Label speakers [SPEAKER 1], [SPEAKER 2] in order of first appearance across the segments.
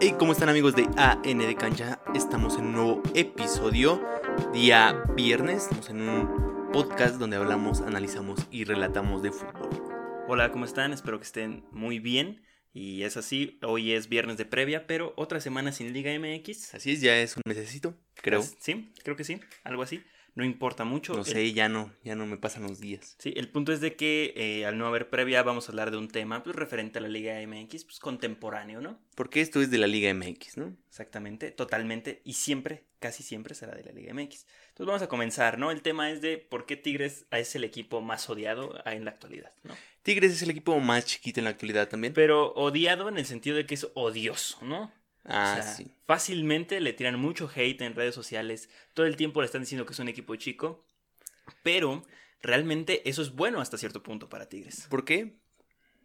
[SPEAKER 1] Hey, ¿cómo están amigos de AN de Cancha? Estamos en un nuevo episodio, día viernes, estamos en un podcast donde hablamos, analizamos y relatamos de fútbol.
[SPEAKER 2] Hola, ¿cómo están? Espero que estén muy bien. Y es así, hoy es viernes de previa, pero otra semana sin Liga MX.
[SPEAKER 1] Así es, ya es un necesito, creo.
[SPEAKER 2] Pues, Sí, creo que sí, algo así. No importa mucho.
[SPEAKER 1] No
[SPEAKER 2] El-
[SPEAKER 1] sé, ya no, ya no me pasan los días.
[SPEAKER 2] sí, el punto es de que eh, al no haber previa vamos a hablar de un tema pues, referente a la Liga MX, pues contemporáneo, ¿no?
[SPEAKER 1] Porque esto es de la Liga MX, ¿no?
[SPEAKER 2] Exactamente, totalmente y siempre, casi siempre será de la Liga MX. Entonces vamos a comenzar, ¿no? El tema es de por qué Tigres es el equipo más odiado en la actualidad, ¿no?
[SPEAKER 1] Tigres es el equipo más chiquito en la actualidad también.
[SPEAKER 2] Pero odiado en el sentido de que es odioso, ¿no?
[SPEAKER 1] ah,
[SPEAKER 2] O sea,
[SPEAKER 1] sí.
[SPEAKER 2] Fácilmente le tiran mucho hate en redes sociales. Todo el tiempo le están diciendo que es un equipo chico. Pero realmente eso es bueno hasta cierto punto para Tigres.
[SPEAKER 1] ¿Por qué?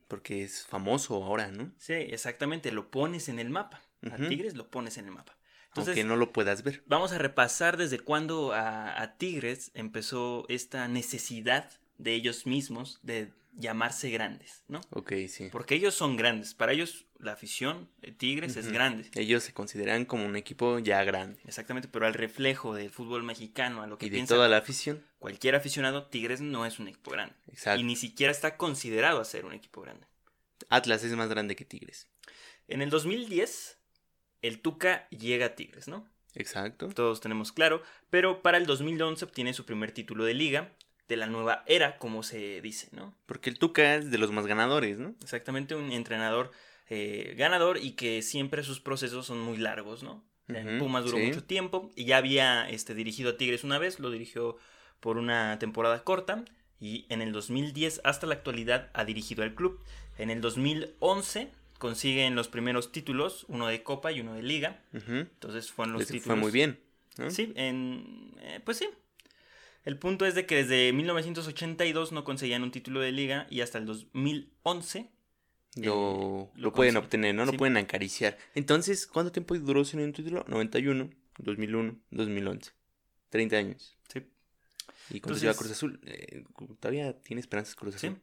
[SPEAKER 1] Porque es famoso ahora, ¿no?
[SPEAKER 2] Sí, exactamente. Lo pones en el mapa.
[SPEAKER 1] Ujú.
[SPEAKER 2] A Tigres lo pones en el mapa. Entonces,
[SPEAKER 1] Aunque no lo puedas ver.
[SPEAKER 2] vamos a repasar desde cuándo a, a Tigres empezó esta necesidad de ellos mismos de llamarse grandes, ¿no?
[SPEAKER 1] Ok, sí.
[SPEAKER 2] Porque ellos son grandes. Para ellos, la afición de Tigres es
[SPEAKER 1] Ujú.
[SPEAKER 2] grande.
[SPEAKER 1] Ellos se consideran como un equipo ya grande.
[SPEAKER 2] Exactamente, pero al reflejo del fútbol mexicano, a lo que
[SPEAKER 1] Y de
[SPEAKER 2] piensa
[SPEAKER 1] toda la afición.
[SPEAKER 2] cualquier aficionado, Tigres no es un equipo grande.
[SPEAKER 1] Exacto.
[SPEAKER 2] Y ni siquiera está considerado a ser un equipo grande.
[SPEAKER 1] Atlas es más grande que Tigres.
[SPEAKER 2] En el 2010, el Tuca llega a Tigres, ¿no?
[SPEAKER 1] Exacto.
[SPEAKER 2] Todos tenemos claro, pero para el 2011 obtiene su primer título de liga, de la nueva era, como se dice, ¿no?
[SPEAKER 1] Porque el Tuca es de los más ganadores, ¿no?
[SPEAKER 2] Exactamente, un entrenador eh, ganador y que siempre sus procesos son muy largos, ¿no? En
[SPEAKER 1] Ujú,
[SPEAKER 2] Pumas duró
[SPEAKER 1] sí.
[SPEAKER 2] mucho tiempo y ya había este, dirigido a Tigres una vez, lo dirigió por una temporada corta y en el 2010 hasta la actualidad ha dirigido al club. En el 2011 consiguen los primeros títulos, uno de Copa y uno de Liga,
[SPEAKER 1] Ujú.
[SPEAKER 2] entonces fueron los
[SPEAKER 1] Les
[SPEAKER 2] títulos.
[SPEAKER 1] fue muy bien. ¿no?
[SPEAKER 2] Sí, en, eh, pues sí. El punto es de que desde 1982 no conseguían un título de liga y hasta el 2011
[SPEAKER 1] Lo,
[SPEAKER 2] Eh, lo
[SPEAKER 1] lo pueden
[SPEAKER 2] consiguen.
[SPEAKER 1] obtener, ¿no? Lo
[SPEAKER 2] Sí.
[SPEAKER 1] pueden acariciar. Entonces, ¿cuánto tiempo duró sin un título? 91, 2001, 2011. 30 años.
[SPEAKER 2] Sí.
[SPEAKER 1] ¿Y cuánto lleva
[SPEAKER 2] Entonces-
[SPEAKER 1] Cruz Azul? Eh, ¿Todavía tiene esperanzas Cruz
[SPEAKER 2] Sí.
[SPEAKER 1] Azul?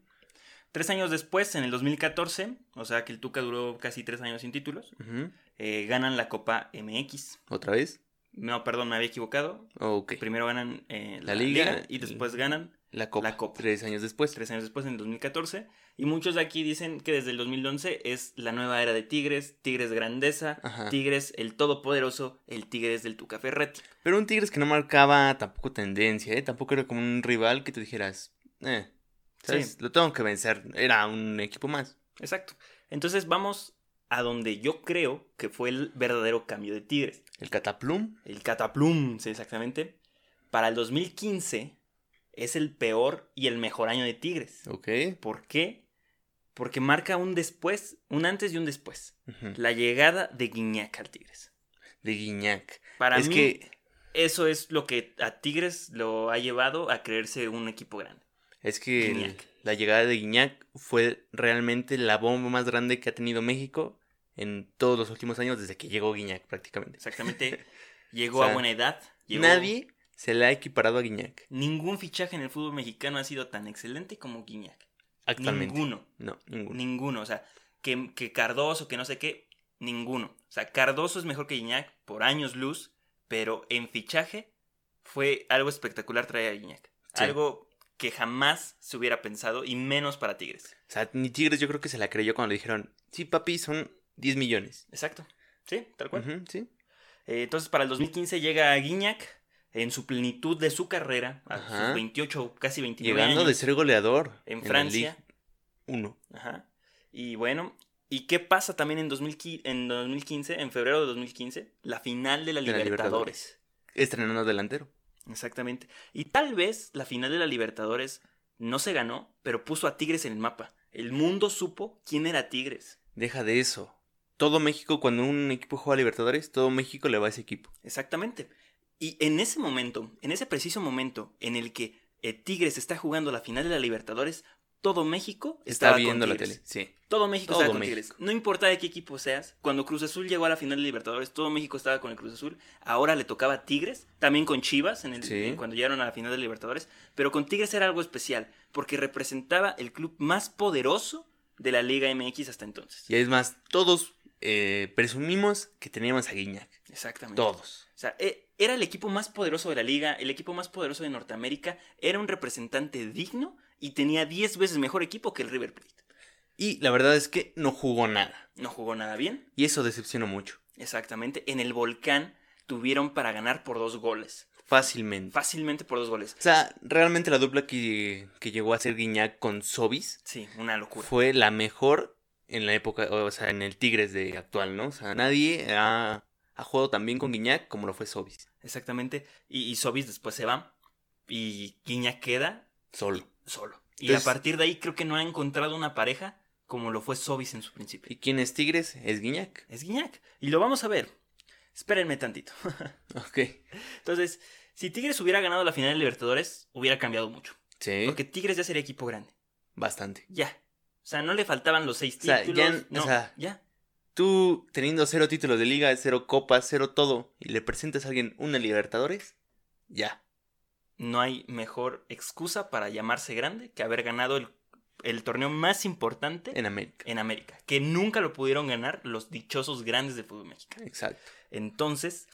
[SPEAKER 2] Tres años después, en el 2014, o sea que el Tuca duró casi tres años sin títulos,
[SPEAKER 1] Ujú.
[SPEAKER 2] eh, ganan la Copa MX.
[SPEAKER 1] ¿Otra vez?
[SPEAKER 2] No, perdón, me había equivocado.
[SPEAKER 1] Ok.
[SPEAKER 2] Primero ganan eh,
[SPEAKER 1] La
[SPEAKER 2] la,
[SPEAKER 1] Liga
[SPEAKER 2] liga, y después ganan
[SPEAKER 1] La Copa.
[SPEAKER 2] La Copa.
[SPEAKER 1] Tres años después.
[SPEAKER 2] tres años después, en el 2014. Y muchos de aquí dicen que desde el 2011 es la nueva era de Tigres, Tigres Grandeza,
[SPEAKER 1] Ajá.
[SPEAKER 2] Tigres el Todopoderoso, el Tigres del Tuca Ferretti.
[SPEAKER 1] Pero un Tigres que no marcaba tampoco tendencia, ¿eh? Tampoco era como un rival que tú dijeras, eh, ¿sabes?
[SPEAKER 2] Sí.
[SPEAKER 1] Lo tengo que vencer. Era un equipo más.
[SPEAKER 2] Exacto. Entonces vamos a donde yo creo que fue el verdadero cambio de Tigres.
[SPEAKER 1] El Cataplum.
[SPEAKER 2] El Cataplum, sí, exactamente. Para el 2015 es el peor y el mejor año de Tigres.
[SPEAKER 1] Ok.
[SPEAKER 2] ¿Por qué? Porque marca un después, un antes y un después.
[SPEAKER 1] Ujú.
[SPEAKER 2] La llegada de Guiñac al Tigres.
[SPEAKER 1] De Guiñac.
[SPEAKER 2] Para
[SPEAKER 1] es
[SPEAKER 2] mí,
[SPEAKER 1] que
[SPEAKER 2] eso es lo que a Tigres lo ha llevado a creerse un equipo grande.
[SPEAKER 1] es que el-
[SPEAKER 2] Guiñac.
[SPEAKER 1] la llegada de Guiñac fue realmente la bomba más grande que ha tenido México en todos los últimos años desde que llegó Guiñac prácticamente.
[SPEAKER 2] Exactamente. Llegó
[SPEAKER 1] O sea,
[SPEAKER 2] a buena edad. llegó-
[SPEAKER 1] Nadie se le ha equiparado a Guiñac
[SPEAKER 2] Ningún fichaje en el fútbol mexicano ha sido tan excelente como Guiñac.
[SPEAKER 1] actualmente.
[SPEAKER 2] Ninguno.
[SPEAKER 1] No, ninguno.
[SPEAKER 2] Ninguno, o sea, que, que Cardoso, que no sé qué, ninguno. O sea, Cardoso es mejor que Guiñac por años luz, pero en fichaje fue algo espectacular traer a Guiñac.
[SPEAKER 1] Sí.
[SPEAKER 2] Algo que jamás se hubiera pensado y menos para Tigres.
[SPEAKER 1] O sea, ni Tigres yo creo que se la creyó cuando le dijeron, sí papi, son 10 millones.
[SPEAKER 2] Exacto. Sí, tal cual.
[SPEAKER 1] Ujú, sí.
[SPEAKER 2] Eh, entonces, para el 2015 llega Guiñac en su plenitud de su carrera, a
[SPEAKER 1] Ajá.
[SPEAKER 2] sus 28, casi 29
[SPEAKER 1] Llegando de
[SPEAKER 2] años,
[SPEAKER 1] ser goleador.
[SPEAKER 2] en
[SPEAKER 1] la
[SPEAKER 2] Francia.
[SPEAKER 1] Ligue 1.
[SPEAKER 2] Ajá. Y bueno, ¿y qué pasa también en, 2015, en 2015, en febrero de 2015? La final de la
[SPEAKER 1] De la
[SPEAKER 2] Libertadores.
[SPEAKER 1] Libertadores. Estrenando delantero.
[SPEAKER 2] Exactamente. Y tal vez la final de la Libertadores no se ganó, pero puso a Tigres en el mapa. El mundo supo quién era Tigres.
[SPEAKER 1] Deja de eso. Todo México, cuando un equipo juega a Libertadores, todo México le va a ese equipo.
[SPEAKER 2] Exactamente. Y en ese momento, en ese preciso momento en el que eh, Tigres está jugando la final de la Libertadores, todo México
[SPEAKER 1] Está
[SPEAKER 2] estaba
[SPEAKER 1] viendo
[SPEAKER 2] con
[SPEAKER 1] la
[SPEAKER 2] Tigres.
[SPEAKER 1] tele. Sí.
[SPEAKER 2] Todo México
[SPEAKER 1] Todo
[SPEAKER 2] estaba con
[SPEAKER 1] México.
[SPEAKER 2] Tigres. No importa de qué equipo seas, cuando Cruz Azul llegó a la final de Libertadores, todo México estaba con el Cruz Azul. Ahora le tocaba a Tigres, también con Chivas en el,
[SPEAKER 1] Sí.
[SPEAKER 2] en- cuando llegaron a la final de Libertadores, pero con Tigres era algo especial, porque representaba el club más poderoso de la Liga MX hasta entonces.
[SPEAKER 1] Y es más, todos eh, presumimos que teníamos a Guiñac.
[SPEAKER 2] Exactamente.
[SPEAKER 1] Todos.
[SPEAKER 2] O sea, e- era el equipo más poderoso de la liga, el equipo más poderoso de Norteamérica, era un representante digno y tenía 10 veces mejor equipo que el River Plate.
[SPEAKER 1] Y la verdad es que no jugó nada.
[SPEAKER 2] No jugó nada bien,
[SPEAKER 1] Y eso decepcionó mucho.
[SPEAKER 2] exactamente. En el volcán tuvieron para ganar por dos goles,
[SPEAKER 1] Fácilmente.
[SPEAKER 2] fácilmente por dos goles.
[SPEAKER 1] O sea, realmente la dupla que, que llegó a ser Guiñac con Sobis
[SPEAKER 2] Sí, una locura.
[SPEAKER 1] fue la mejor en la época, o sea, en el Tigres de actual, ¿no? O sea, nadie ha, ha jugado tan bien con Guiñac como lo fue Sobis.
[SPEAKER 2] Exactamente. Y, y Sobis después se va y Guiña queda
[SPEAKER 1] Solo.
[SPEAKER 2] solo. Y
[SPEAKER 1] Entonces-
[SPEAKER 2] a partir de ahí creo que no ha encontrado una pareja como lo fue Sobis en su principio.
[SPEAKER 1] ¿Y quién es Tigres? Es Guiñac.
[SPEAKER 2] Es Guiñac. Y lo vamos a ver. Espérenme tantito.
[SPEAKER 1] Ok.
[SPEAKER 2] Entonces, si Tigres hubiera ganado la final de Libertadores, hubiera cambiado mucho.
[SPEAKER 1] Sí.
[SPEAKER 2] Porque Tigres ya sería equipo grande.
[SPEAKER 1] Bastante.
[SPEAKER 2] Ya. O sea, no le faltaban los seis
[SPEAKER 1] O sea,
[SPEAKER 2] títulos.
[SPEAKER 1] ya en-
[SPEAKER 2] no,
[SPEAKER 1] o sea-
[SPEAKER 2] ya.
[SPEAKER 1] Tú, teniendo cero títulos de liga, cero copas, cero todo, y le presentas a alguien una Libertadores, ya.
[SPEAKER 2] No hay mejor excusa para llamarse grande que haber ganado el, el torneo más importante en...
[SPEAKER 1] En América.
[SPEAKER 2] América. Que nunca lo pudieron ganar los dichosos grandes de fútbol mexicano.
[SPEAKER 1] Exacto.
[SPEAKER 2] Entonces,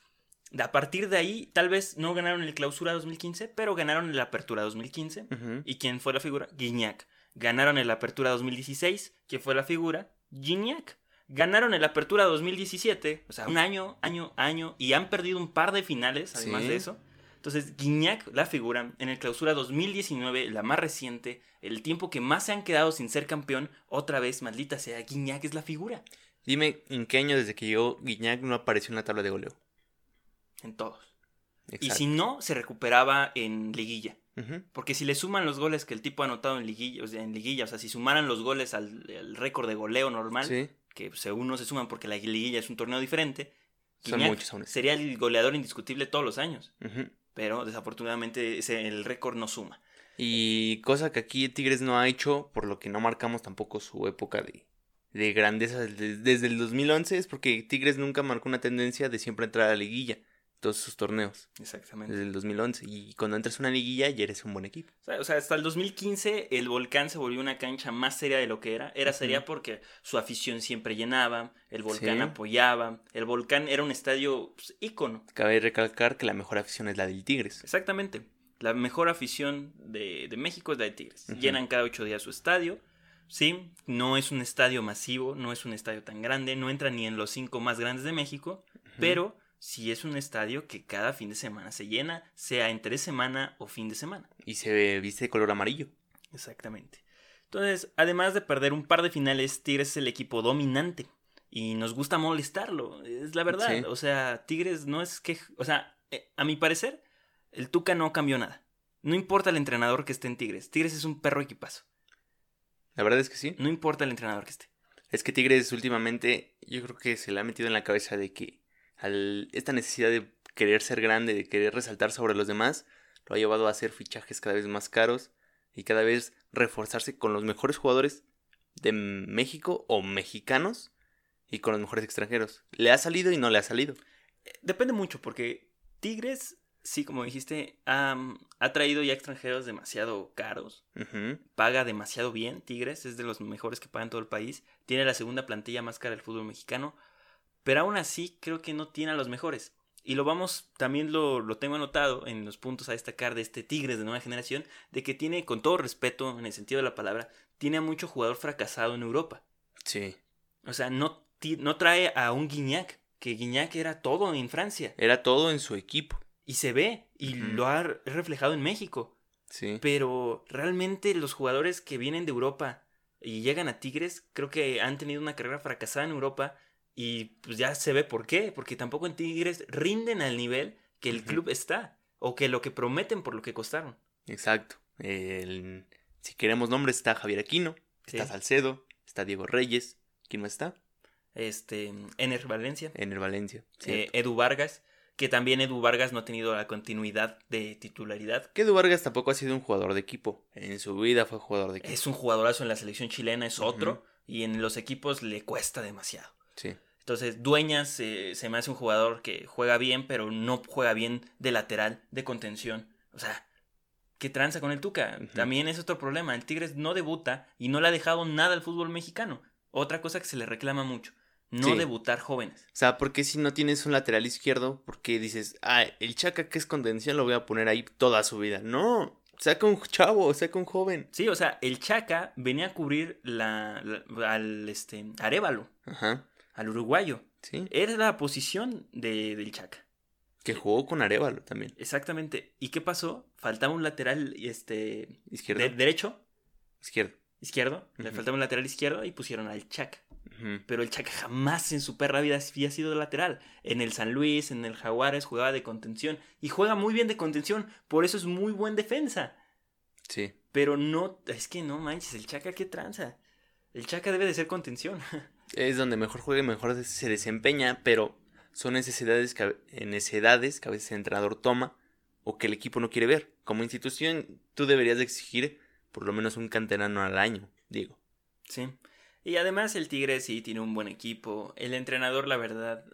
[SPEAKER 2] a partir de ahí, tal vez no ganaron el clausura 2015, pero ganaron la apertura 2015.
[SPEAKER 1] Ujú.
[SPEAKER 2] ¿Y quién fue la figura? Guiñac. Ganaron el Apertura 2016. ¿Quién fue la figura? Guiñac. Ganaron el Apertura 2017. O sea, un año, año, año. Y han perdido un par de finales, además
[SPEAKER 1] Sí.
[SPEAKER 2] de eso. Entonces, Guiñac, la figura, en el clausura 2019, la más reciente, el tiempo que más se han quedado sin ser campeón, otra vez, maldita sea, Guiñac es la figura.
[SPEAKER 1] Dime, ¿en qué año desde que llegó Guiñac no apareció en la tabla de goleo?
[SPEAKER 2] En todos. Y
[SPEAKER 1] Exacto.
[SPEAKER 2] si no, se recuperaba en liguilla.
[SPEAKER 1] Ujú.
[SPEAKER 2] Porque si le suman los goles que el tipo ha anotado en liguilla, o sea, en liguilla, o sea, si sumaran los goles al, al récord de goleo normal,
[SPEAKER 1] Sí.
[SPEAKER 2] que según no se suman porque la liguilla es un torneo diferente,
[SPEAKER 1] Son
[SPEAKER 2] Guiñac
[SPEAKER 1] muchos aún así.
[SPEAKER 2] sería el goleador indiscutible todos los años.
[SPEAKER 1] Ujú.
[SPEAKER 2] Pero desafortunadamente ese- el récord no suma.
[SPEAKER 1] Y cosa que aquí Tigres no ha hecho, por lo que no marcamos tampoco su época de, de grandeza de- desde el 2011, es porque Tigres nunca marcó una tendencia de siempre entrar a la liguilla, todos sus torneos,
[SPEAKER 2] Exactamente.
[SPEAKER 1] desde el 2011. Y cuando entras a una liguilla ya eres un buen equipo.
[SPEAKER 2] O sea, o sea, hasta el 2015 el volcán se volvió una cancha más seria de lo que era. Era seria porque su afición siempre llenaba, el volcán
[SPEAKER 1] Sí.
[SPEAKER 2] apoyaba, el volcán era un estadio pues, ícono.
[SPEAKER 1] Cabe recalcar que la mejor afición es la del Tigres.
[SPEAKER 2] Exactamente. La mejor afición de, de México es la de Tigres.
[SPEAKER 1] Ujú.
[SPEAKER 2] Llenan cada ocho días su estadio. Sí, no es un estadio masivo, no es un estadio tan grande, no entra ni en los cinco más grandes de México,
[SPEAKER 1] Ujú.
[SPEAKER 2] pero sí es un estadio que cada fin de semana se llena, sea entre semana o fin de semana.
[SPEAKER 1] Y se viste de color amarillo.
[SPEAKER 2] Exactamente. Entonces, además de perder un par de finales, Tigres es el equipo dominante y nos gusta molestarlo, es la verdad.
[SPEAKER 1] Sí.
[SPEAKER 2] O sea, Tigres no es que, o sea, eh, a mi parecer, el Tuca no cambió nada. No importa el entrenador que esté en Tigres, Tigres es un perro equipazo.
[SPEAKER 1] La verdad es que sí.
[SPEAKER 2] No importa el entrenador que esté.
[SPEAKER 1] Es que Tigres últimamente yo creo que se le ha metido en la cabeza de que al- esta necesidad de querer ser grande, de querer resaltar sobre los demás, lo ha llevado a hacer fichajes cada vez más caros y cada vez reforzarse con los mejores jugadores de México o mexicanos y con los mejores extranjeros. Le ha salido y no le ha salido.
[SPEAKER 2] Eh, Depende mucho porque Tigres, sí, como dijiste, am, ha traído ya extranjeros demasiado caros.
[SPEAKER 1] Ujú,
[SPEAKER 2] paga demasiado bien. Tigres es de los mejores que pagan todo el país. Tiene la segunda plantilla más cara del fútbol mexicano. Pero aún así creo que no tiene a los mejores. Y lo vamos, también lo, lo tengo anotado en los puntos a destacar de este Tigres de nueva generación, de que tiene, con todo respeto, en el sentido de la palabra, tiene a mucho jugador fracasado en Europa.
[SPEAKER 1] Sí.
[SPEAKER 2] O sea, no, ti- no trae a un Guiñac, que Guiñac era todo en Francia.
[SPEAKER 1] Era todo en su equipo.
[SPEAKER 2] Y se ve, y
[SPEAKER 1] Ujú.
[SPEAKER 2] lo ha re- reflejado en México.
[SPEAKER 1] Sí.
[SPEAKER 2] Pero realmente los jugadores que vienen de Europa y llegan a Tigres, creo que han tenido una carrera fracasada en Europa y pues ya se ve por qué, porque tampoco en Tigres rinden al nivel que el
[SPEAKER 1] Ujú.
[SPEAKER 2] club está o que lo que prometen por lo que costaron.
[SPEAKER 1] Exacto. El- si queremos nombres está Javier Aquino, está
[SPEAKER 2] Sí.
[SPEAKER 1] Salcedo, está Diego Reyes. ¿Quién más está?
[SPEAKER 2] Este, Ener Valencia,
[SPEAKER 1] En el Valencia.
[SPEAKER 2] eh,
[SPEAKER 1] cierto.
[SPEAKER 2] Edu Vargas, que también Edu Vargas no ha tenido la continuidad de titularidad.
[SPEAKER 1] que Edu Vargas tampoco ha sido un jugador de equipo. En su vida fue jugador de equipo.
[SPEAKER 2] Es un jugadorazo en la selección chilena, es
[SPEAKER 1] Ujú.
[SPEAKER 2] otro, y en los equipos le cuesta demasiado.
[SPEAKER 1] Sí.
[SPEAKER 2] Entonces, Dueñas eh, se me hace un jugador que juega bien, pero no juega bien de lateral, de contención. O sea, ¿qué tranza con el Tuca?
[SPEAKER 1] Ujú.
[SPEAKER 2] También es otro problema. El Tigres no debuta y no le ha dejado nada al fútbol mexicano. Otra cosa que se le reclama mucho. no
[SPEAKER 1] Sí.
[SPEAKER 2] debutar jóvenes.
[SPEAKER 1] O sea, ¿por qué si no tienes un lateral izquierdo? Porque dices, ah, el Chaca que es contención lo voy a poner ahí toda su vida. No, saca un chavo, saca un joven.
[SPEAKER 2] Sí, o sea, el Chaca venía a cubrir la, la- al este, Arevalo,
[SPEAKER 1] Ajá,
[SPEAKER 2] al uruguayo.
[SPEAKER 1] sí.
[SPEAKER 2] Era la posición de- del Chaca.
[SPEAKER 1] Que jugó con Arevalo también.
[SPEAKER 2] Exactamente. ¿Y qué pasó? Faltaba un lateral este,
[SPEAKER 1] Izquierdo.
[SPEAKER 2] de- derecho,
[SPEAKER 1] Izquierdo.
[SPEAKER 2] izquierdo. Le
[SPEAKER 1] Ujú.
[SPEAKER 2] faltaba un lateral izquierdo y pusieron al Chaca.
[SPEAKER 1] Ujú.
[SPEAKER 2] Pero el Chaca jamás en su perra vida había sido lateral. En el San Luis, en el Jaguares, jugaba de contención. Y juega muy bien de contención. Por eso es muy buen defensa.
[SPEAKER 1] Sí.
[SPEAKER 2] Pero no, es que no manches, el Chaca qué tranza. El Chaca debe de ser contención.
[SPEAKER 1] Es donde mejor juega y mejor des- se desempeña, pero son necesidades que, a- eh, necesidades que a veces el entrenador toma o que el equipo no quiere ver. Como institución, tú deberías de exigir por lo menos un canterano al año, digo.
[SPEAKER 2] Sí. Y además el Tigre sí tiene un buen equipo. El entrenador, la verdad,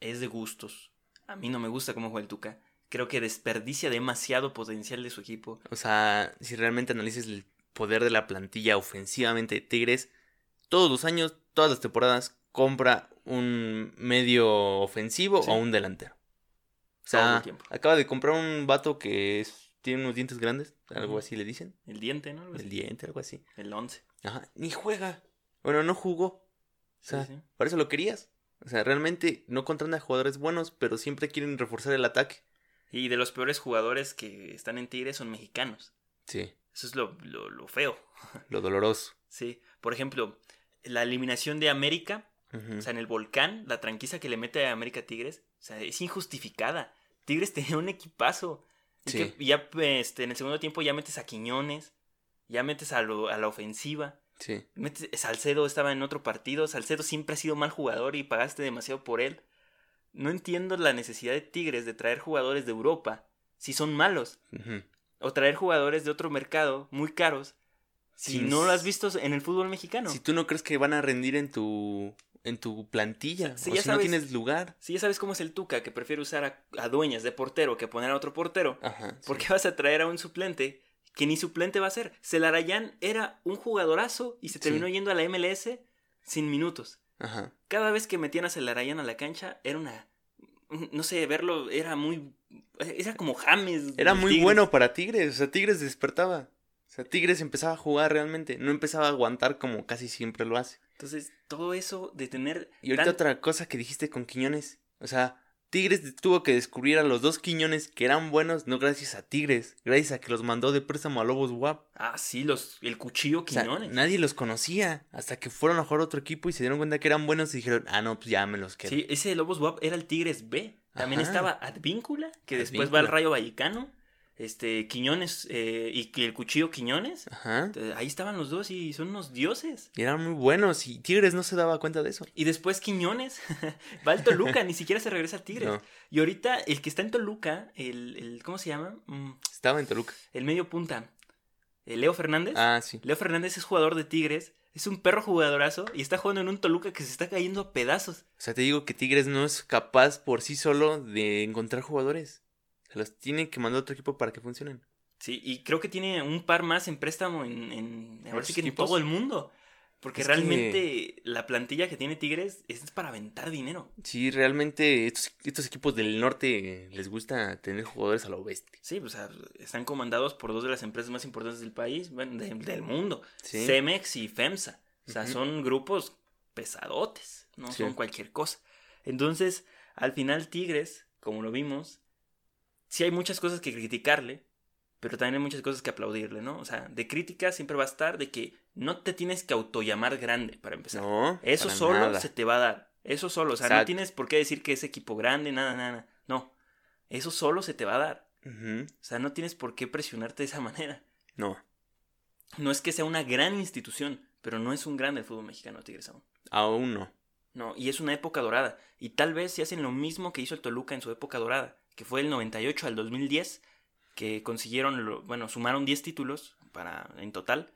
[SPEAKER 2] es de gustos. A mí no me gusta cómo juega el Tuca. Creo que desperdicia demasiado potencial de su equipo.
[SPEAKER 1] O sea, si realmente analizas el poder de la plantilla ofensivamente de Tigres, todos los años, todas las temporadas, compra un medio ofensivo
[SPEAKER 2] Sí.
[SPEAKER 1] o un delantero. O
[SPEAKER 2] Todo
[SPEAKER 1] sea,
[SPEAKER 2] el tiempo.
[SPEAKER 1] acaba de comprar un vato que es- tiene unos dientes grandes, algo
[SPEAKER 2] Ujú.
[SPEAKER 1] así le dicen,
[SPEAKER 2] El diente, ¿no? Algo así.
[SPEAKER 1] el diente, algo así.
[SPEAKER 2] El once.
[SPEAKER 1] Ajá, ni juega. Bueno, no jugó. O
[SPEAKER 2] Sí,
[SPEAKER 1] sea,
[SPEAKER 2] sí.
[SPEAKER 1] para eso lo querías. O sea, realmente no contratan a jugadores buenos, pero siempre quieren reforzar el ataque.
[SPEAKER 2] Y de los peores jugadores que están en Tigre son mexicanos.
[SPEAKER 1] Sí,
[SPEAKER 2] Eso es lo, lo- lo feo.
[SPEAKER 1] lo doloroso.
[SPEAKER 2] Sí. Por ejemplo, la eliminación de América
[SPEAKER 1] Ujú.
[SPEAKER 2] O sea, en el volcán, la tranquiza que le mete a América Tigres, o sea, es injustificada. Tigres tenía un equipazo. Y
[SPEAKER 1] Sí.
[SPEAKER 2] que- y ya este, en el segundo tiempo ya metes a Quiñones, ya metes a, lo- a la ofensiva.
[SPEAKER 1] sí.
[SPEAKER 2] Metes, Salcedo estaba en otro partido. Salcedo siempre ha sido mal jugador y pagaste demasiado por él. No entiendo la necesidad de Tigres de traer jugadores de Europa si son malos.
[SPEAKER 1] Ujú.
[SPEAKER 2] O traer jugadores de otro mercado muy caros si
[SPEAKER 1] Sin-
[SPEAKER 2] no lo has visto en el fútbol mexicano.
[SPEAKER 1] Si tú no crees que van a rendir en tu en tu plantilla,
[SPEAKER 2] O sea,
[SPEAKER 1] o
[SPEAKER 2] ya
[SPEAKER 1] si no
[SPEAKER 2] sabes-
[SPEAKER 1] tienes lugar.
[SPEAKER 2] Si ya sabes cómo es el Tuca, que prefiere usar a, a dueñas de portero que poner a otro portero,
[SPEAKER 1] Ajá. Ah, sí.
[SPEAKER 2] ¿por qué vas a traer a un suplente que ni suplente va a ser? Celarayán era un jugadorazo y se terminó yendo a la MLS sin minutos.
[SPEAKER 1] Ajá.
[SPEAKER 2] Cada vez que metían a Celarayán a la cancha, era una. No sé, verlo era muy. Era como James.
[SPEAKER 1] Era
[SPEAKER 2] del
[SPEAKER 1] muy
[SPEAKER 2] Tigres.
[SPEAKER 1] bueno para Tigres, o sea, Tigres despertaba. O sea, Tigres empezaba a jugar realmente, no empezaba a aguantar como casi siempre lo hace.
[SPEAKER 2] Entonces, todo eso de tener.
[SPEAKER 1] Y ahorita
[SPEAKER 2] tan-
[SPEAKER 1] otra cosa que dijiste con Quiñones, o sea, Tigres tuvo que descubrir a los dos Quiñones que eran buenos, no gracias a Tigres, gracias a que los mandó de préstamo a Lobos WAP.
[SPEAKER 2] Ah, sí, los, el cuchillo
[SPEAKER 1] O sea,
[SPEAKER 2] Quiñones.
[SPEAKER 1] nadie los conocía hasta que fueron a jugar a otro equipo y se dieron cuenta que eran buenos y dijeron, ah, no, pues ya me los quedo.
[SPEAKER 2] Sí, ese de Lobos WAP era el Tigres B. También
[SPEAKER 1] Ajá.
[SPEAKER 2] estaba Advíncula, que después
[SPEAKER 1] Advíncula.
[SPEAKER 2] va al Rayo Vallecano. Este, Quiñones eh, y que el cuchillo Quiñones.
[SPEAKER 1] Ajá.
[SPEAKER 2] Te- Ahí estaban los dos y son unos dioses.
[SPEAKER 1] Y eran muy buenos y Tigres no se daba cuenta de eso.
[SPEAKER 2] Y después Quiñones va al Toluca, ni siquiera se regresa a Tigres.
[SPEAKER 1] No,
[SPEAKER 2] Y ahorita el que está en Toluca, el, el- ¿cómo se llama? Mm,
[SPEAKER 1] estaba en Toluca.
[SPEAKER 2] el medio punta, eh, Leo Fernández.
[SPEAKER 1] Ah, sí.
[SPEAKER 2] Leo Fernández es jugador de Tigres, es un perro jugadorazo y está jugando en un Toluca que se está cayendo a pedazos.
[SPEAKER 1] O sea, te digo que Tigres no es capaz por sí solo de encontrar jugadores. Se los tiene que mandar a otro equipo para que funcionen.
[SPEAKER 2] Sí, y creo que tiene un par más en préstamo en, en ahora
[SPEAKER 1] ¿Otros
[SPEAKER 2] sí que en
[SPEAKER 1] equipos?
[SPEAKER 2] todo el mundo. Porque
[SPEAKER 1] Es que-
[SPEAKER 2] realmente la plantilla que tiene Tigres es para aventar dinero.
[SPEAKER 1] Sí, realmente estos, estos equipos del norte les gusta tener jugadores a lo bestia.
[SPEAKER 2] Sí, o sea, están comandados por dos de las empresas más importantes del país, bueno, de- del mundo.
[SPEAKER 1] Sí.
[SPEAKER 2] Cemex y FEMSA. O sea,
[SPEAKER 1] Ujú.
[SPEAKER 2] son grupos pesadotes, no
[SPEAKER 1] Sí.
[SPEAKER 2] son cualquier cosa. Entonces, al final Tigres, como lo vimos, sí hay muchas cosas que criticarle, pero también hay muchas cosas que aplaudirle, ¿no? O sea, de crítica siempre va a estar de que no te tienes que autollamar grande para empezar.
[SPEAKER 1] No,
[SPEAKER 2] Eso
[SPEAKER 1] para
[SPEAKER 2] solo
[SPEAKER 1] nada.
[SPEAKER 2] se te va a dar. Eso solo, o sea, no
[SPEAKER 1] Exacto.
[SPEAKER 2] tienes por qué decir que es equipo grande, nada, nada, nada. No, eso solo se te va a dar.
[SPEAKER 1] Ujú,
[SPEAKER 2] O sea, no tienes por qué presionarte de esa manera.
[SPEAKER 1] No.
[SPEAKER 2] No es que sea una gran institución, pero no es un grande el fútbol mexicano, Tigres aún.
[SPEAKER 1] Aún no.
[SPEAKER 2] No, y es una época dorada. Y tal vez si hacen lo mismo que hizo el Toluca en su época dorada, que fue del 98 al 2010, que consiguieron, lo- bueno, sumaron 10 títulos para, en total.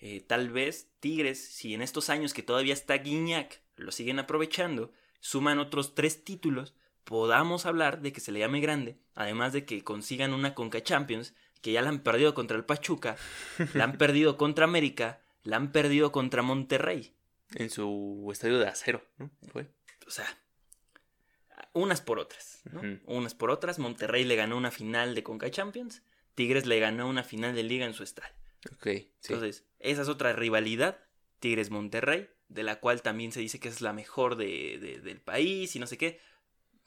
[SPEAKER 2] eh, tal vez Tigres, si en estos años que todavía está Guiñac, lo siguen aprovechando, suman otros 3 títulos, podamos hablar de que se le llame grande, además de que consigan una Conca Champions, que ya la han perdido contra el Pachuca, la han perdido contra América, la han perdido contra Monterrey.
[SPEAKER 1] En su estadio de acero, ¿no? Fue.
[SPEAKER 2] O sea, unas por otras, ¿no?
[SPEAKER 1] Ujú.
[SPEAKER 2] Unas por otras. Monterrey le ganó una final de Conca Champions. Tigres le ganó una final de liga en su estadio.
[SPEAKER 1] Ok, sí.
[SPEAKER 2] Entonces, esa es otra rivalidad, Tigres-Monterrey, de la cual también se dice que es la mejor de- de- del país y no sé qué.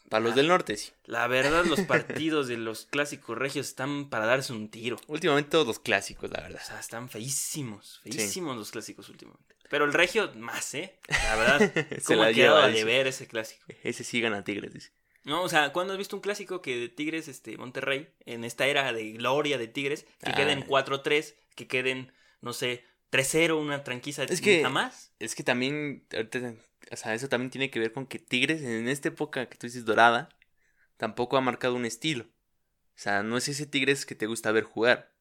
[SPEAKER 1] Para
[SPEAKER 2] ah.
[SPEAKER 1] los del norte, sí.
[SPEAKER 2] La verdad, los partidos de los clásicos regios están para darse un tiro.
[SPEAKER 1] Últimamente todos los clásicos, la
[SPEAKER 2] O
[SPEAKER 1] verdad.
[SPEAKER 2] sea, están feísimos, feísimos los clásicos últimamente. Pero el regio más, ¿eh? La verdad,
[SPEAKER 1] Se
[SPEAKER 2] ¿cómo
[SPEAKER 1] la
[SPEAKER 2] ha quedado
[SPEAKER 1] lleva.
[SPEAKER 2] a
[SPEAKER 1] dice.
[SPEAKER 2] deber ese clásico?
[SPEAKER 1] Ese sí gana Tigres, dice.
[SPEAKER 2] No, o sea, ¿cuándo has visto un clásico que de Tigres, este, Monterrey, en esta era de gloria de Tigres, que
[SPEAKER 1] Ah.
[SPEAKER 2] queden 4-3, que queden, no sé, 3-0, una tranquiza?
[SPEAKER 1] Es que-
[SPEAKER 2] Jamás.
[SPEAKER 1] Es que también, ahorita, o sea, eso también tiene que ver con que Tigres en esta época que tú dices dorada, tampoco ha marcado un estilo. O sea, no es ese Tigres que te gusta ver jugar.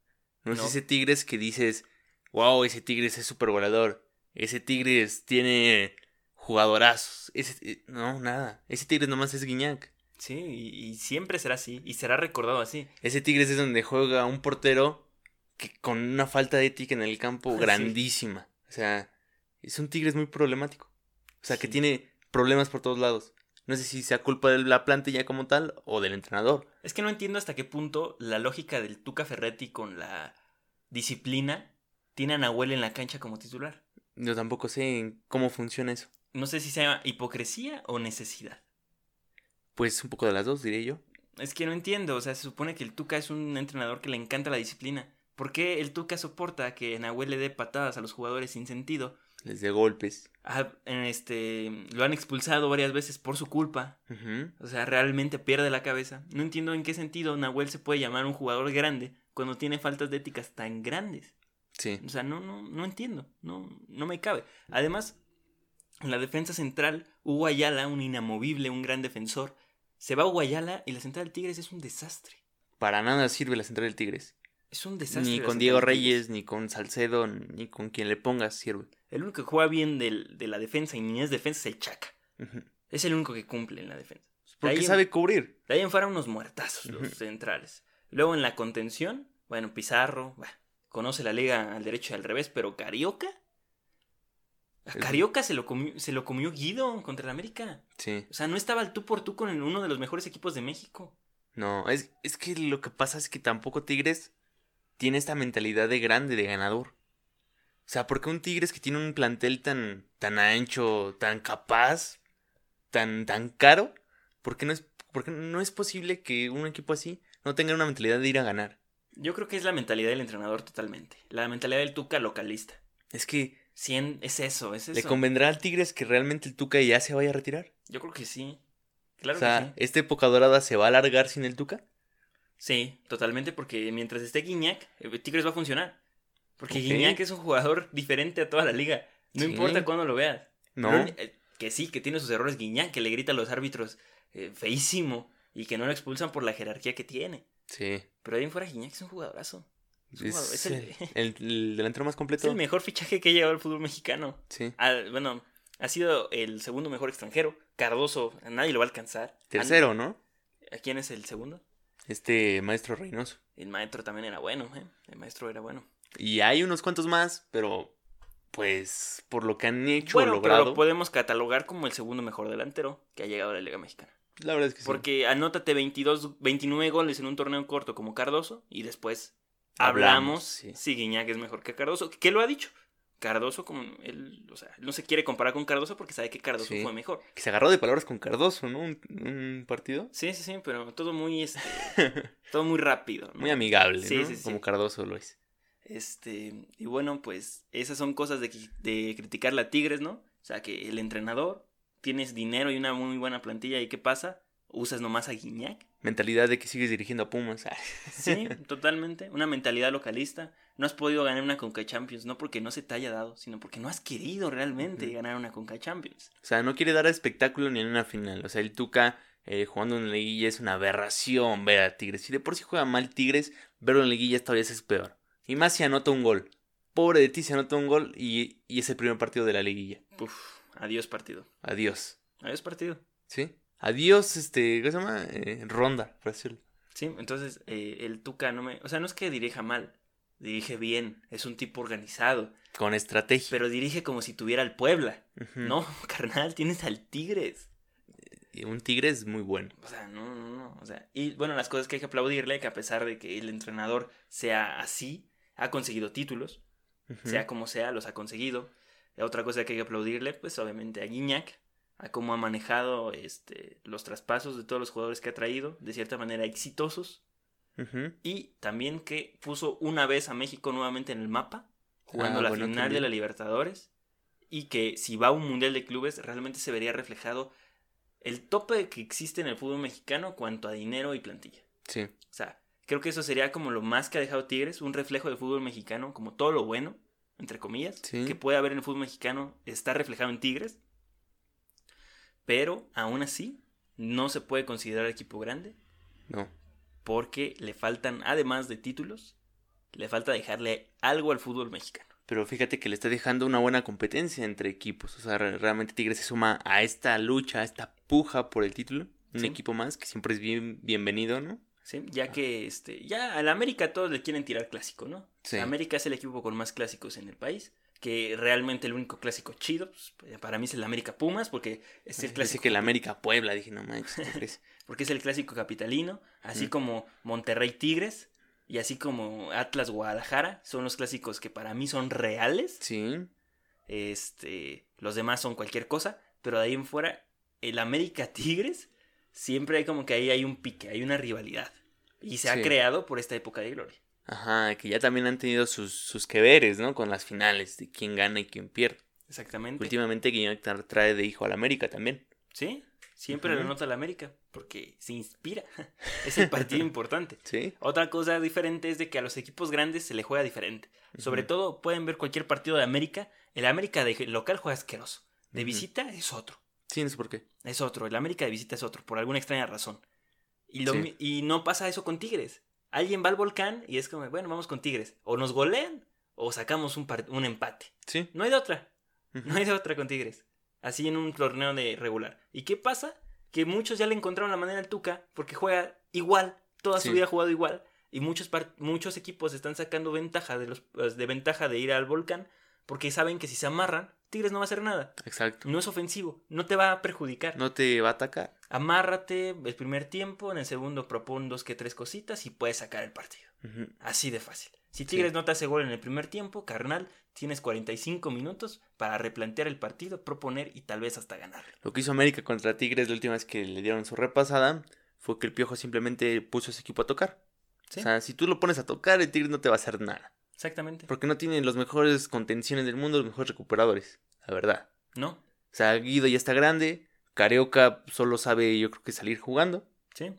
[SPEAKER 1] No,
[SPEAKER 2] No.
[SPEAKER 1] es ese Tigres que dices, wow, ese Tigres es súper goleador. Ese Tigres tiene jugadorazos. Ese, eh, no, nada. Ese Tigres nomás es Guiñac.
[SPEAKER 2] Sí, y, y siempre será así, y será recordado así.
[SPEAKER 1] Ese Tigres es donde juega un portero que con una falta de ética en el campo
[SPEAKER 2] Ah, sí.
[SPEAKER 1] grandísima. O sea, es un Tigres muy problemático. O sea, que
[SPEAKER 2] Sí.
[SPEAKER 1] tiene problemas por todos lados. No sé si sea culpa de la plantilla como tal o del entrenador.
[SPEAKER 2] Es que no entiendo hasta qué punto la lógica del Tuca Ferretti con la disciplina tiene a Nahuel en la cancha como titular.
[SPEAKER 1] Yo tampoco sé en cómo funciona eso.
[SPEAKER 2] No sé si se llama hipocresía o necesidad.
[SPEAKER 1] Pues un poco de las dos, diré yo.
[SPEAKER 2] Es que no entiendo, o sea, se supone que el Tuca es un entrenador que le encanta la disciplina. ¿Por qué el Tuca soporta que Nahuel le dé patadas a los jugadores sin sentido?
[SPEAKER 1] Les de golpes.
[SPEAKER 2] Ah, en este, lo han expulsado varias veces por su culpa.
[SPEAKER 1] Ujú.
[SPEAKER 2] O sea, realmente pierde la cabeza. No entiendo en qué sentido Nahuel se puede llamar un jugador grande cuando tiene faltas de éticas tan grandes.
[SPEAKER 1] Sí.
[SPEAKER 2] O sea, no, no, no entiendo. No, no me cabe. Además, en la defensa central, Hugo Ayala, un inamovible, un gran defensor. Se va Hugo Ayala y la central del Tigres es un desastre.
[SPEAKER 1] Para nada sirve la central del Tigres.
[SPEAKER 2] Es un desastre.
[SPEAKER 1] ni
[SPEAKER 2] la
[SPEAKER 1] con
[SPEAKER 2] central
[SPEAKER 1] Diego
[SPEAKER 2] del Tigres.
[SPEAKER 1] Reyes, ni con Salcedo, ni con quien le pongas sirve.
[SPEAKER 2] El único que juega bien del- de la defensa y ni es defensa es el Chaca.
[SPEAKER 1] Ujú.
[SPEAKER 2] Es el único que cumple en la defensa.
[SPEAKER 1] Porque
[SPEAKER 2] Ahí-
[SPEAKER 1] sabe cubrir.
[SPEAKER 2] De ahí en fuera unos muertazos los
[SPEAKER 1] Ujú.
[SPEAKER 2] centrales. Luego en la contención, bueno, Pizarro, bah, conoce la liga al derecho y al revés, pero Carioca. A
[SPEAKER 1] Es-
[SPEAKER 2] Carioca se lo, comió, se lo comió Guido contra el América.
[SPEAKER 1] Sí.
[SPEAKER 2] O sea, no estaba el tú por tú con el- uno de los mejores equipos de México.
[SPEAKER 1] No, es, es que lo que pasa es que tampoco Tigres tiene esta mentalidad de grande, de ganador. O sea, porque un Tigres que tiene un plantel tan, tan ancho, tan capaz, tan, tan caro, ¿por qué no es, por qué no es posible que un equipo así no tenga una mentalidad de ir a ganar?
[SPEAKER 2] Yo creo que es la mentalidad del entrenador totalmente. La mentalidad del Tuca localista.
[SPEAKER 1] Es que
[SPEAKER 2] Cien, es eso, es eso.
[SPEAKER 1] le convendrá al Tigres que realmente el Tuca ya se vaya a retirar.
[SPEAKER 2] Yo creo que sí. Claro
[SPEAKER 1] o sea,
[SPEAKER 2] que sí.
[SPEAKER 1] ¿esta época dorada se va a alargar sin el Tuca?
[SPEAKER 2] Sí, totalmente, porque mientras esté Guiñac, eh, Tigres va a funcionar. Porque
[SPEAKER 1] Ok.
[SPEAKER 2] Guiñac es un jugador diferente a toda la liga. No
[SPEAKER 1] Sí.
[SPEAKER 2] importa cuándo lo veas.
[SPEAKER 1] No.
[SPEAKER 2] Lo uni- eh, que sí, que tiene sus errores Guiñac, que le grita a los árbitros eh, feísimo y que no lo expulsan por la jerarquía que tiene.
[SPEAKER 1] Sí.
[SPEAKER 2] Pero ahí en fuera Guiñac es un jugadorazo. Es un jugador-
[SPEAKER 1] Es
[SPEAKER 2] es el-
[SPEAKER 1] el, el- el delantero más
[SPEAKER 2] Es
[SPEAKER 1] completo.
[SPEAKER 2] el mejor fichaje que ha llegado al fútbol mexicano.
[SPEAKER 1] Sí.
[SPEAKER 2] Ah, bueno, ha sido el segundo mejor extranjero. Cardoso, a nadie lo va a alcanzar.
[SPEAKER 1] Tercero, ¿no?
[SPEAKER 2] ¿A quién es el segundo?
[SPEAKER 1] Este maestro Reynoso.
[SPEAKER 2] El maestro también era bueno, ¿eh? El maestro era bueno.
[SPEAKER 1] Y hay unos cuantos más, pero pues por lo que han hecho o
[SPEAKER 2] bueno,
[SPEAKER 1] logrado.
[SPEAKER 2] pero pues, lo podemos catalogar como el segundo mejor delantero que ha llegado a la Liga Mexicana.
[SPEAKER 1] La verdad es que sí.
[SPEAKER 2] Porque anótate 22, 29 goles en un torneo corto como Cardoso y después
[SPEAKER 1] Hablamos,
[SPEAKER 2] hablamos,
[SPEAKER 1] sí.
[SPEAKER 2] si Guiñac es mejor que Cardoso. ¿Qué lo ha dicho? Cardoso, como él, o sea, no se quiere comparar con Cardoso porque sabe que Cardoso
[SPEAKER 1] Sí.
[SPEAKER 2] fue mejor.
[SPEAKER 1] Que se agarró de palabras con Cardoso, ¿no? Un, un partido
[SPEAKER 2] Sí, sí, sí, pero todo muy, este, todo muy rápido. ¿no?
[SPEAKER 1] muy amigable,
[SPEAKER 2] Sí,
[SPEAKER 1] ¿no?
[SPEAKER 2] sí, sí.
[SPEAKER 1] Como Cardoso lo es.
[SPEAKER 2] Este, y bueno, pues esas son cosas de, qui- de criticar la Tigres, ¿no? O sea, que el entrenador, tienes dinero y una muy buena plantilla, ¿y qué pasa? Usas nomás a Guiñac.
[SPEAKER 1] Mentalidad de que sigues dirigiendo a Pumas. Ah,
[SPEAKER 2] Sí, totalmente. Una mentalidad localista. No has podido ganar una Conca Champions, no porque no se te haya dado, sino porque no has querido realmente
[SPEAKER 1] Ujú.
[SPEAKER 2] ganar una Conca Champions.
[SPEAKER 1] O sea, no quiere dar espectáculo ni en una final. O sea, el Tuca eh, jugando en liguilla es una aberración ver a Tigres. Si de por sí juega mal Tigres, verlo en liguilla todavía es peor. Y más si anota un gol. Pobre de ti si anota un gol y, y es el primer partido de la liguilla.
[SPEAKER 2] Uf, adiós partido.
[SPEAKER 1] Adiós.
[SPEAKER 2] Adiós partido.
[SPEAKER 1] Sí. Adiós, este, ¿qué se llama? Eh, ronda, por decirlo.
[SPEAKER 2] Sí, entonces eh, el Tuca no me... O sea, no es que dirija mal, dirige bien, es un tipo organizado,
[SPEAKER 1] Con estrategia.
[SPEAKER 2] pero dirige como si tuviera al Puebla.
[SPEAKER 1] Ujú.
[SPEAKER 2] No, carnal, tienes al Tigres.
[SPEAKER 1] Y Un tigre es muy bueno.
[SPEAKER 2] O sea, no, no, no. O sea, y bueno, las cosas que hay que aplaudirle, que a pesar de que el entrenador sea así, ha conseguido títulos,
[SPEAKER 1] Ujú.
[SPEAKER 2] sea como sea, los ha conseguido. Y otra cosa que hay que aplaudirle, pues obviamente a Guiñac, a cómo ha manejado este, los traspasos de todos los jugadores que ha traído, de cierta manera exitosos,
[SPEAKER 1] Ujú.
[SPEAKER 2] y también que puso una vez a México nuevamente en el mapa, jugando
[SPEAKER 1] Ah,
[SPEAKER 2] la
[SPEAKER 1] bueno,
[SPEAKER 2] final de
[SPEAKER 1] también.
[SPEAKER 2] la Libertadores, y que si va a un Mundial de Clubes realmente se vería reflejado el tope que existe en el fútbol mexicano cuanto a dinero y plantilla.
[SPEAKER 1] Sí.
[SPEAKER 2] O sea, creo que eso sería como lo más que ha dejado Tigres, un reflejo del fútbol mexicano, como todo lo bueno, entre comillas,
[SPEAKER 1] Sí.
[SPEAKER 2] que puede haber en el fútbol mexicano está reflejado en Tigres. Pero aún así, no se puede considerar equipo grande
[SPEAKER 1] No.
[SPEAKER 2] porque le faltan, además de títulos, le falta dejarle algo al fútbol mexicano.
[SPEAKER 1] Pero fíjate que le está dejando una buena competencia entre equipos. O sea, re- realmente Tigres se suma a esta lucha, a esta puja por el título. Un
[SPEAKER 2] Sí.
[SPEAKER 1] equipo más que siempre es bien, bienvenido, ¿no?
[SPEAKER 2] ¿sí?
[SPEAKER 1] Ah.
[SPEAKER 2] Ya que este, ya al América todos le quieren tirar clásico, ¿no?
[SPEAKER 1] Sí.
[SPEAKER 2] América es el equipo con más clásicos en el país. Que realmente el único clásico chido, pues, para mí es el América Pumas, porque es el
[SPEAKER 1] Dice
[SPEAKER 2] clásico.
[SPEAKER 1] que el América Puebla, dije, no manches, ¿qué crees?
[SPEAKER 2] Porque es el clásico capitalino, así
[SPEAKER 1] Mm.
[SPEAKER 2] como Monterrey Tigres y así como Atlas Guadalajara, son los clásicos que para mí son reales.
[SPEAKER 1] Sí,
[SPEAKER 2] Este, los demás son cualquier cosa, pero de ahí en fuera, el América Tigres, siempre hay como que ahí hay un pique, hay una rivalidad. Y se ha
[SPEAKER 1] Sí.
[SPEAKER 2] creado por esta época de gloria.
[SPEAKER 1] ajá, que ya también han tenido sus, sus que veres, ¿no? Con las finales, de quién gana y quién pierde.
[SPEAKER 2] Exactamente.
[SPEAKER 1] Últimamente Guiñac tra- trae de hijo al América también.
[SPEAKER 2] Sí, siempre
[SPEAKER 1] Ujú.
[SPEAKER 2] lo nota la América, porque se inspira. es el partido importante.
[SPEAKER 1] Sí,
[SPEAKER 2] Otra cosa diferente es de que a los equipos grandes se le juega diferente. Sobre
[SPEAKER 1] Ujú.
[SPEAKER 2] todo pueden ver cualquier partido de América. El América de local juega asqueroso. De
[SPEAKER 1] Ujú.
[SPEAKER 2] visita es otro.
[SPEAKER 1] sí, no sé por qué.
[SPEAKER 2] Es otro. El América de visita es otro, por alguna extraña razón. Y, lo
[SPEAKER 1] Sí.
[SPEAKER 2] mi- y no pasa eso con Tigres. Alguien va al volcán y es como, bueno, vamos con Tigres. O nos golean o sacamos un, par- un empate.
[SPEAKER 1] Sí,
[SPEAKER 2] No hay de otra.
[SPEAKER 1] ujú,
[SPEAKER 2] No hay de otra con Tigres. Así en un torneo de regular. ¿Y qué pasa? Que muchos ya le encontraron la manera al Tuca porque juega igual, toda su
[SPEAKER 1] Sí.
[SPEAKER 2] vida ha jugado igual. Y muchos, par- muchos equipos están sacando ventaja de, los, pues, de ventaja de ir al volcán porque saben que si se amarran, Tigres no va a hacer nada.
[SPEAKER 1] exacto.
[SPEAKER 2] No es ofensivo, no te va a perjudicar.
[SPEAKER 1] No te va a atacar.
[SPEAKER 2] Amárrate el primer tiempo, en el segundo propon dos que tres cositas y puedes sacar el partido.
[SPEAKER 1] Ujú,
[SPEAKER 2] Así de fácil. Si Tigres no te hace gol en el primer tiempo, carnal, tienes 45 minutos para replantear el partido, proponer y tal vez hasta ganar.
[SPEAKER 1] Lo que hizo América contra Tigres la última vez que le dieron su repasada fue que el Piojo simplemente puso a ese equipo a tocar.
[SPEAKER 2] Sí.
[SPEAKER 1] O sea, si tú lo pones a tocar, el Tigres no te va a hacer nada.
[SPEAKER 2] Exactamente.
[SPEAKER 1] Porque no tiene los mejores contenciones del mundo, los mejores recuperadores, la verdad.
[SPEAKER 2] ¿No?
[SPEAKER 1] O sea, Guido ya está grande. Carioca solo sabe, yo creo que salir jugando.
[SPEAKER 2] Sí. O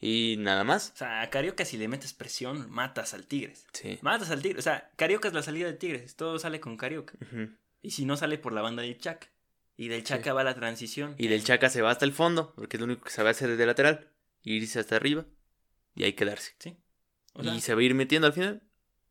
[SPEAKER 1] Y nada más.
[SPEAKER 2] sea, a Carioca si le metes presión, matas al Tigres.
[SPEAKER 1] Sí.
[SPEAKER 2] Matas al Tigres. O sea, Carioca es la salida de Tigres. Todo sale con Carioca.
[SPEAKER 1] Ujú.
[SPEAKER 2] Y si no sale por la banda del Chaca. Y del Chaca
[SPEAKER 1] Sí.
[SPEAKER 2] va la transición.
[SPEAKER 1] Y del Chaca se va hasta el fondo, porque es lo único que sabe hacer de lateral. e Irse hasta arriba y ahí quedarse.
[SPEAKER 2] Sí. O sea,
[SPEAKER 1] y se va a ir metiendo al final.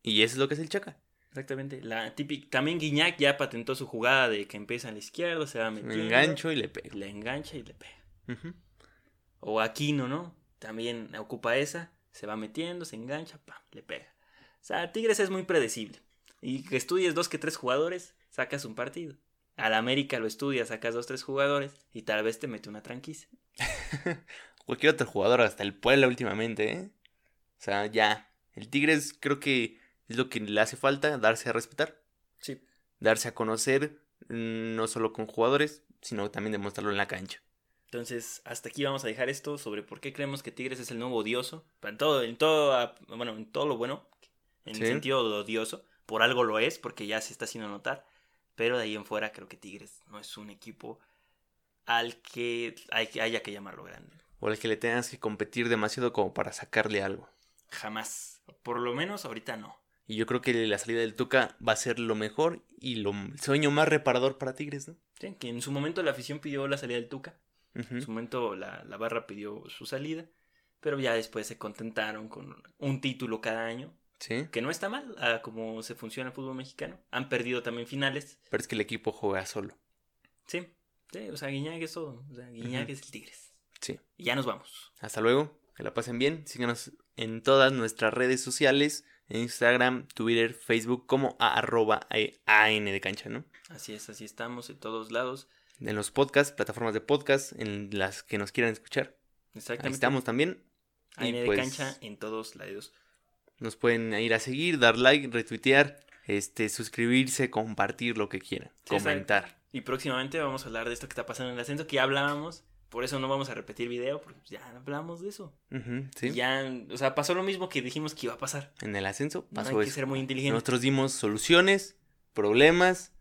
[SPEAKER 1] Y eso es lo que es el Chaca.
[SPEAKER 2] Exactamente. La típica. También Guiñac ya patentó su jugada de que empieza en la izquierda, se va metiendo.
[SPEAKER 1] Me engancho y le pego.
[SPEAKER 2] Le engancha y le pega.
[SPEAKER 1] Ujú.
[SPEAKER 2] O Aquino, ¿no? También ocupa esa, se va metiendo, se engancha, pam, le pega. O sea, Tigres es muy predecible. Y que estudies dos que tres jugadores, sacas un partido. Al América lo estudias, sacas dos tres jugadores y tal vez te mete una tranquisa.
[SPEAKER 1] Cualquier otro jugador, hasta el Puebla últimamente, ¿eh? O sea, ya. El Tigres creo que es lo que le hace falta, darse a respetar.
[SPEAKER 2] Sí.
[SPEAKER 1] darse a conocer, mm, no solo con jugadores, sino también demostrarlo en la cancha.
[SPEAKER 2] Entonces, hasta aquí vamos a dejar esto sobre por qué creemos que Tigres es el nuevo odioso. En todo, en todo, ah, bueno, en todo lo bueno, en
[SPEAKER 1] Sí.
[SPEAKER 2] el sentido de odioso, por algo lo es, porque ya se está haciendo notar. Pero de ahí en fuera creo que Tigres no es un equipo al que hay, que- haya que llamarlo grande.
[SPEAKER 1] O el que le tengas que competir demasiado como para sacarle algo.
[SPEAKER 2] Jamás. Por lo menos ahorita no.
[SPEAKER 1] Y yo creo que la salida del Tuca va a ser lo mejor y lo, el sueño más reparador para Tigres, ¿no?
[SPEAKER 2] Sí, Que en su momento la afición pidió la salida del Tuca.
[SPEAKER 1] Ujú.
[SPEAKER 2] En su momento la, la barra pidió su salida. Pero ya después se contentaron con un título cada año.
[SPEAKER 1] Sí.
[SPEAKER 2] que no está mal a cómo se funciona el fútbol mexicano. Han perdido también finales.
[SPEAKER 1] Pero es que el equipo juega solo.
[SPEAKER 2] Sí, sí, o sea, Guiñac es todo. O sea, Guiñac
[SPEAKER 1] Ujú.
[SPEAKER 2] es el Tigres.
[SPEAKER 1] Sí.
[SPEAKER 2] Y ya nos vamos.
[SPEAKER 1] Hasta luego. Que la pasen bien. Síganos en todas nuestras redes sociales. en Instagram, Twitter, Facebook como a- arroba eh, AN de cancha, ¿no?
[SPEAKER 2] Así es, así estamos en todos lados.
[SPEAKER 1] En los podcasts, plataformas de podcast, en las que nos quieran escuchar. Ahí
[SPEAKER 2] Exactamente.
[SPEAKER 1] estamos también.
[SPEAKER 2] AN
[SPEAKER 1] Y
[SPEAKER 2] de
[SPEAKER 1] pues,
[SPEAKER 2] cancha en todos lados.
[SPEAKER 1] Nos pueden ir a seguir, dar like, retuitear, este, suscribirse, compartir lo que quieran,
[SPEAKER 2] Sí,
[SPEAKER 1] comentar.
[SPEAKER 2] Y próximamente vamos a hablar de esto que está pasando en el ascenso, que ya hablábamos. Por eso no vamos a repetir video, porque ya hablamos de eso.
[SPEAKER 1] Ujú, sí.
[SPEAKER 2] Ya, o sea, pasó lo mismo que dijimos que iba a pasar.
[SPEAKER 1] En el ascenso
[SPEAKER 2] No
[SPEAKER 1] pasó
[SPEAKER 2] hay que
[SPEAKER 1] eso.
[SPEAKER 2] ser muy inteligente.
[SPEAKER 1] Nosotros dimos soluciones, problemas,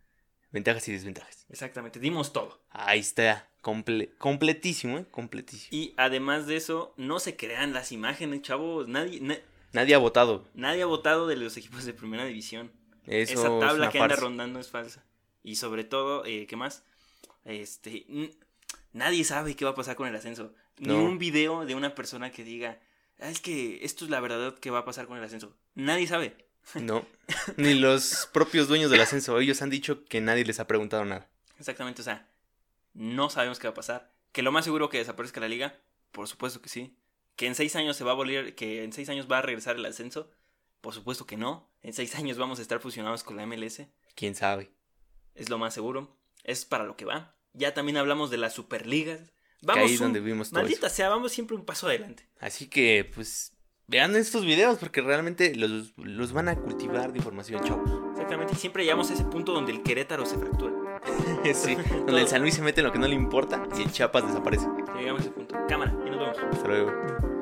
[SPEAKER 1] ventajas y desventajas.
[SPEAKER 2] Exactamente, dimos todo.
[SPEAKER 1] Ahí está, comple- completísimo, ¿eh? Completísimo.
[SPEAKER 2] Y además de eso, no se crean las imágenes, chavos. Nadie, na-
[SPEAKER 1] Nadie ha votado.
[SPEAKER 2] nadie ha votado de los equipos de primera división.
[SPEAKER 1] Eso
[SPEAKER 2] Esa
[SPEAKER 1] es
[SPEAKER 2] tabla
[SPEAKER 1] una
[SPEAKER 2] que anda
[SPEAKER 1] farsa.
[SPEAKER 2] rondando es falsa. Y sobre todo, eh, ¿qué más? Este, n- nadie sabe qué va a pasar con el ascenso. Ni
[SPEAKER 1] No.
[SPEAKER 2] un video de una persona que diga, "Ah, es que esto es la verdad que va a pasar con el ascenso. Nadie sabe.
[SPEAKER 1] No, ni los propios dueños del ascenso. Ellos han dicho que nadie les ha preguntado nada.
[SPEAKER 2] Exactamente, o sea, no sabemos qué va a pasar. Que lo más seguro que desaparezca la liga, por supuesto que sí. Que en seis años se va a volver, que en seis años va a regresar el ascenso, por supuesto que no. En seis años vamos a estar fusionados con la MLS,
[SPEAKER 1] ¿Quién sabe?
[SPEAKER 2] es lo más seguro. Es para lo que va. Ya también hablamos de las superligas.
[SPEAKER 1] que
[SPEAKER 2] Vamos,
[SPEAKER 1] ahí es
[SPEAKER 2] un-
[SPEAKER 1] donde vimos todo
[SPEAKER 2] maldita
[SPEAKER 1] eso.
[SPEAKER 2] sea, vamos siempre un paso adelante.
[SPEAKER 1] Así que, pues, vean estos videos porque realmente los, los van a cultivar de información, chavos.
[SPEAKER 2] Exactamente, y siempre llegamos a ese punto donde el Querétaro se fractura.
[SPEAKER 1] sí, donde el San Luis se mete en lo que no le importa y el Chiapas desaparece.
[SPEAKER 2] Llegamos a ese punto. Cámara, y nos vemos.
[SPEAKER 1] Hasta luego.